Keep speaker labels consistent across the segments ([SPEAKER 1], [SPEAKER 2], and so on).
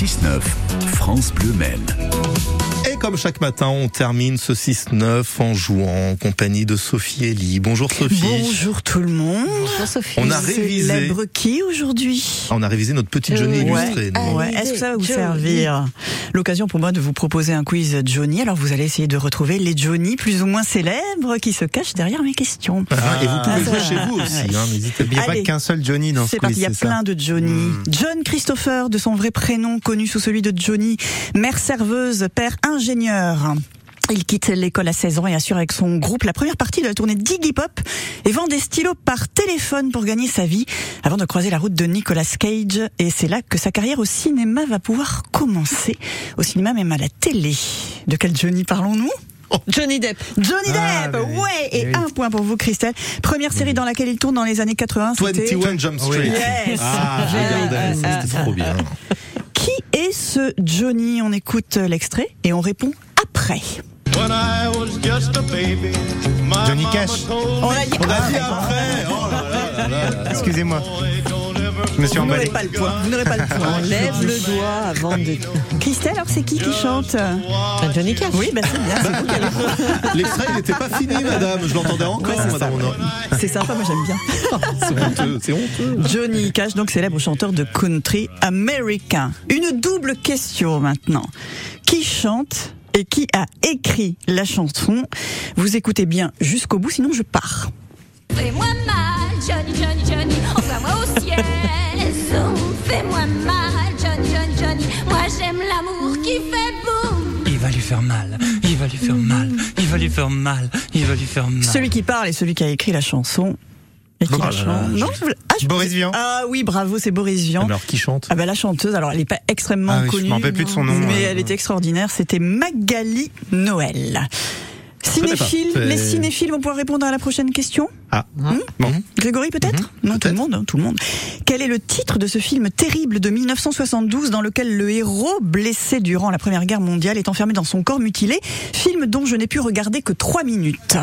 [SPEAKER 1] 6-9, France Bleu Maine.
[SPEAKER 2] Et comme chaque matin, on termine ce 6-9 en jouant en compagnie de Sophie Elie. Bonjour Sophie.
[SPEAKER 3] Bonjour tout le monde. Bonjour Sophie.
[SPEAKER 2] On a révisé.
[SPEAKER 3] célèbre qui aujourd'hui
[SPEAKER 2] On a révisé notre petite Johnny
[SPEAKER 3] Ouais.
[SPEAKER 2] illustrée.
[SPEAKER 3] Euh, Ouais.
[SPEAKER 2] non
[SPEAKER 3] Est-ce que ça va vous
[SPEAKER 4] Johnny.
[SPEAKER 3] servir L'occasion pour moi de vous proposer un quiz Johnny. Alors vous allez essayer de retrouver les Johnny plus ou moins célèbres qui se cachent derrière mes questions.
[SPEAKER 2] Ah, et vous
[SPEAKER 3] Ah,
[SPEAKER 2] pouvez
[SPEAKER 3] ça
[SPEAKER 2] jouer
[SPEAKER 3] va.
[SPEAKER 2] chez vous aussi, hein, n'hésitez
[SPEAKER 5] Il n'y a
[SPEAKER 3] Allez.
[SPEAKER 5] pas qu'un seul Johnny dans ce
[SPEAKER 3] C'est parti, il
[SPEAKER 5] quiz,
[SPEAKER 3] y a
[SPEAKER 5] c'est ça Hmm.
[SPEAKER 3] plein de Johnny. John Christopher, de son vrai prénom, connu sous celui de Johnny, mère serveuse, père ingénieur. Il quitte l'école à 16 ans et assure avec son groupe la première partie de la tournée d'Iggy Pop et vend des stylos par téléphone pour gagner sa vie avant de croiser la route de Nicolas Cage. Et c'est là que sa carrière au cinéma va pouvoir commencer. Au cinéma, même à la télé. De quel Johnny parlons-nous
[SPEAKER 4] Johnny Depp.
[SPEAKER 3] Johnny
[SPEAKER 5] Ah,
[SPEAKER 3] Depp,
[SPEAKER 5] oui, oui.
[SPEAKER 3] ouais, et
[SPEAKER 5] Oui.
[SPEAKER 3] un point pour vous, Christelle. Première série dans laquelle il tourne dans les années 80, c'était
[SPEAKER 2] 21 Jump Street.
[SPEAKER 3] Yes.
[SPEAKER 2] Ah, je regardais,
[SPEAKER 4] Ah,
[SPEAKER 2] c'était trop bien.
[SPEAKER 3] Qui est ce Johnny On écoute l'extrait et on répond après.
[SPEAKER 5] Johnny Cash.
[SPEAKER 3] On l'a dit
[SPEAKER 2] On a
[SPEAKER 3] après.
[SPEAKER 2] dit après oh là là là là.
[SPEAKER 5] Excusez-moi. Je me suis
[SPEAKER 3] Vous n'aurez
[SPEAKER 5] emballé.
[SPEAKER 3] pas le point. Vous n'aurez pas le
[SPEAKER 6] Ah,
[SPEAKER 3] point.
[SPEAKER 4] On lève le doigt avant de.
[SPEAKER 3] Christelle, alors c'est qui qui chante
[SPEAKER 4] Enfin, Johnny Cash.
[SPEAKER 3] Oui, ben c'est bien. c'est vous qui avez-
[SPEAKER 2] L'extrait, il n'était pas fini, madame. Je l'entendais encore,
[SPEAKER 3] Ouais, c'est
[SPEAKER 2] madame.
[SPEAKER 3] C'est sympa, moi j'aime bien.
[SPEAKER 2] C'est honteux, c'est honteux.
[SPEAKER 3] Johnny Cash, donc célèbre chanteur de country américain. Une double question maintenant. Qui chante et qui a écrit la chanson Vous écoutez bien jusqu'au bout, sinon je pars.
[SPEAKER 7] Fais-moi mal, Johnny, Johnny, Johnny, envoie-moi au ciel. Zoom, fais-moi mal, Johnny, Johnny, Johnny, moi j'aime l'amour qui fait boum.
[SPEAKER 6] Il va lui faire mal, il va lui faire mal, il va lui faire mal, il va lui faire mal.
[SPEAKER 3] Celui qui parle et celui qui a écrit la chanson. Et qui
[SPEAKER 2] Oh
[SPEAKER 3] la
[SPEAKER 2] là
[SPEAKER 3] chante.
[SPEAKER 2] là,
[SPEAKER 3] non, je vous- ah, je-
[SPEAKER 5] Boris Vian.
[SPEAKER 3] Ah oui, bravo, c'est Boris Vian.
[SPEAKER 2] alors, qui chante
[SPEAKER 3] Ah bah la chanteuse, alors elle n'est pas extrêmement
[SPEAKER 5] Ah oui, je
[SPEAKER 3] connue.
[SPEAKER 5] m'en rappelle plus de son nom,
[SPEAKER 3] Mais
[SPEAKER 5] euh,
[SPEAKER 3] elle était extraordinaire, c'était Magali Noël.
[SPEAKER 2] connais pas.
[SPEAKER 3] Cinéphiles,
[SPEAKER 2] C'est-
[SPEAKER 3] les cinéphiles vont pouvoir répondre à la prochaine question
[SPEAKER 5] Ah,
[SPEAKER 3] Hmm
[SPEAKER 5] bon.
[SPEAKER 3] Grégory peut-être
[SPEAKER 5] Mm-hmm.
[SPEAKER 3] Non, tout le
[SPEAKER 2] peut-être.
[SPEAKER 3] monde, hein, tout le monde. Quel est le titre de ce film terrible de 1972 dans lequel le héros, blessé durant la Première Guerre mondiale, est enfermé dans son corps mutilé Film dont je n'ai pu regarder que trois minutes.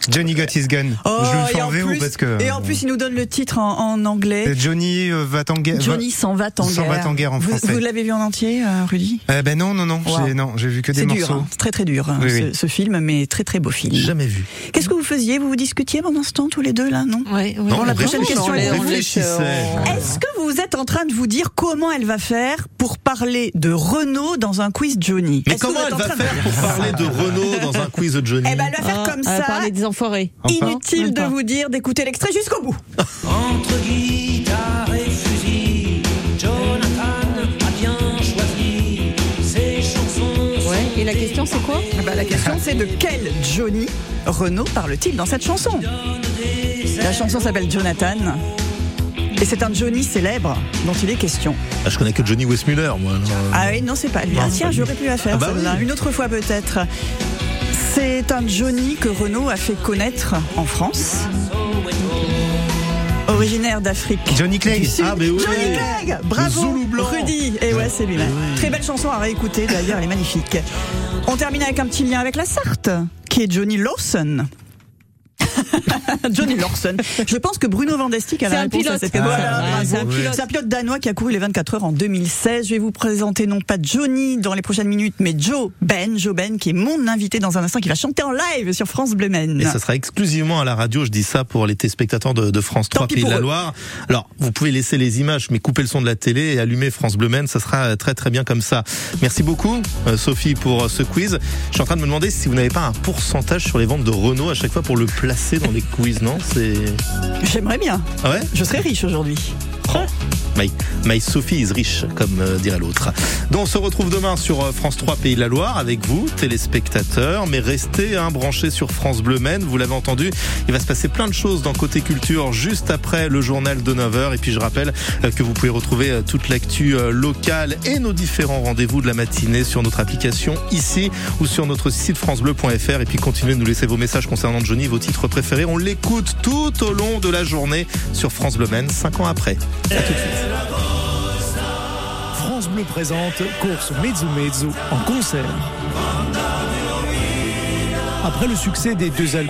[SPEAKER 3] Oh,
[SPEAKER 5] Johnny got his gun. je le
[SPEAKER 3] et
[SPEAKER 5] fais en
[SPEAKER 3] en
[SPEAKER 5] VO
[SPEAKER 3] plus-
[SPEAKER 5] parce que.
[SPEAKER 3] et en plus, il nous donne le titre en, en anglais.
[SPEAKER 5] euh, Johnny euh, va en guerre.
[SPEAKER 3] Johnny s'en va en guerre.
[SPEAKER 5] s'en va en guerre en
[SPEAKER 3] Vous-
[SPEAKER 5] français.
[SPEAKER 3] Vous l'avez vu en entier, euh, Rudy
[SPEAKER 5] Eh ben non, non, non.
[SPEAKER 3] Wow.
[SPEAKER 5] J'ai, non, j'ai vu que des
[SPEAKER 3] C'est
[SPEAKER 5] morceaux.
[SPEAKER 3] dur, hein. C'est très très dur hein,
[SPEAKER 5] Oui,
[SPEAKER 3] ce,
[SPEAKER 5] oui.
[SPEAKER 3] ce film, mais très très beau film.
[SPEAKER 2] Jamais vu.
[SPEAKER 3] Qu'est-ce que vous faisiez Vous vous discutiez pendant ce temps tous les deux là, non
[SPEAKER 4] Ouais, ouais.
[SPEAKER 2] Non, on
[SPEAKER 3] prochaine
[SPEAKER 2] réfléchissait,
[SPEAKER 3] question, Oh.
[SPEAKER 4] on
[SPEAKER 2] on
[SPEAKER 4] laisse- on laisse-
[SPEAKER 2] réfléchissait.
[SPEAKER 4] on-
[SPEAKER 3] Est-ce que vous êtes en train de vous dire comment elle va faire pour parler de Renault dans un quiz Johnny
[SPEAKER 2] Mais
[SPEAKER 3] Est-ce que vous
[SPEAKER 2] comment
[SPEAKER 3] êtes
[SPEAKER 2] elle
[SPEAKER 3] en
[SPEAKER 2] va
[SPEAKER 3] train de-
[SPEAKER 2] faire pour parler de Renault dans un quiz de Johnny
[SPEAKER 3] Eh ben, elle va faire
[SPEAKER 4] Ah,
[SPEAKER 3] comme
[SPEAKER 4] on va
[SPEAKER 3] ça.
[SPEAKER 4] parler des enfoirés.
[SPEAKER 5] Enfin.
[SPEAKER 3] Inutile
[SPEAKER 4] Même
[SPEAKER 3] de
[SPEAKER 4] pas.
[SPEAKER 3] vous dire d'écouter l'extrait jusqu'au bout.
[SPEAKER 6] Entre guitare et fusil, Jonathan a bien choisi ses chansons.
[SPEAKER 4] Ouais. Et la question, c'est quoi
[SPEAKER 3] Ah bah, la question c'est de quel Johnny Renault parle-t-il dans cette chanson La chanson s'appelle Jonathan. Et c'est un Johnny célèbre dont il est question.
[SPEAKER 2] Ah, Je connais que Johnny Westmuller, moi. euh, alors.
[SPEAKER 3] Ah oui, non, c'est pas lui. Ah tiens, j'aurais pu la faire,
[SPEAKER 2] Ah bah
[SPEAKER 3] celle-là.
[SPEAKER 2] oui.
[SPEAKER 3] Une autre fois peut-être. C'est un Johnny que Renault a fait connaître en France. Originaire d'Afrique.
[SPEAKER 5] Johnny Clegg.
[SPEAKER 3] du Sud.
[SPEAKER 2] Ah, mais oui.
[SPEAKER 3] Johnny Clegg Bravo
[SPEAKER 2] Zoulou blanc.
[SPEAKER 3] Rudy Et ouais, c'est lui-même. Très belle chanson à réécouter d'ailleurs, elle est magnifique. On termine avec un petit lien avec la Sarthe, qui est Johnny Lawson. Johnny Lawson. Je pense que Bruno Vandestick a
[SPEAKER 4] C'est
[SPEAKER 3] la
[SPEAKER 4] un
[SPEAKER 3] réponse à
[SPEAKER 4] pilote.
[SPEAKER 3] cette
[SPEAKER 4] Ah,
[SPEAKER 3] question.
[SPEAKER 4] ouais,
[SPEAKER 3] Voilà,
[SPEAKER 4] c'est
[SPEAKER 3] bravo.
[SPEAKER 4] un pilote.
[SPEAKER 3] C'est un pilote danois qui a couru les 24 heures en 2016. Je vais vous présenter non pas Johnny dans les prochaines minutes, mais Joe Ben. Joe Ben, qui est mon invité dans un instant, qui va chanter en live sur France Bleu Maine.
[SPEAKER 2] Et ça sera exclusivement à la radio, je dis ça pour les téléspectateurs de, de France 3
[SPEAKER 3] pis
[SPEAKER 2] Pays de
[SPEAKER 3] pour
[SPEAKER 2] la
[SPEAKER 3] eux.
[SPEAKER 2] Loire. Alors, vous pouvez laisser les images, mais couper le son de la télé et allumer France Bleu Maine, ça sera très très bien comme ça. Merci beaucoup euh, Sophie pour euh, ce quiz. Je suis en train de me demander si vous n'avez pas un pourcentage sur les ventes de Renault à chaque fois pour le placer dans les quiz, non C'est...
[SPEAKER 3] J'aimerais bien.
[SPEAKER 2] Ah ouais
[SPEAKER 3] Je serais riche aujourd'hui.
[SPEAKER 2] Oh, My, my Sophie is rich, comme euh, dirait l'autre. Donc on se retrouve demain sur euh, France 3 Pays de la Loire avec vous, téléspectateurs. Mais restez hein, branchés sur France Bleu Maine, vous l'avez entendu. Il va se passer plein de choses dans Côté Culture juste après le journal de 9h. Et puis je rappelle euh, que vous pouvez retrouver euh, toute l'actu euh, locale et nos différents rendez-vous de la matinée sur notre application ici ou sur notre site francebleu.fr. Et puis continuez de nous laisser vos messages concernant Johnny, vos titres préférés. On l'écoute tout au long de la journée sur France Bleu Maine, 5 ans après.
[SPEAKER 8] France Bleu présente course Mezzo Mezzo en concert. Après le succès des deux albums,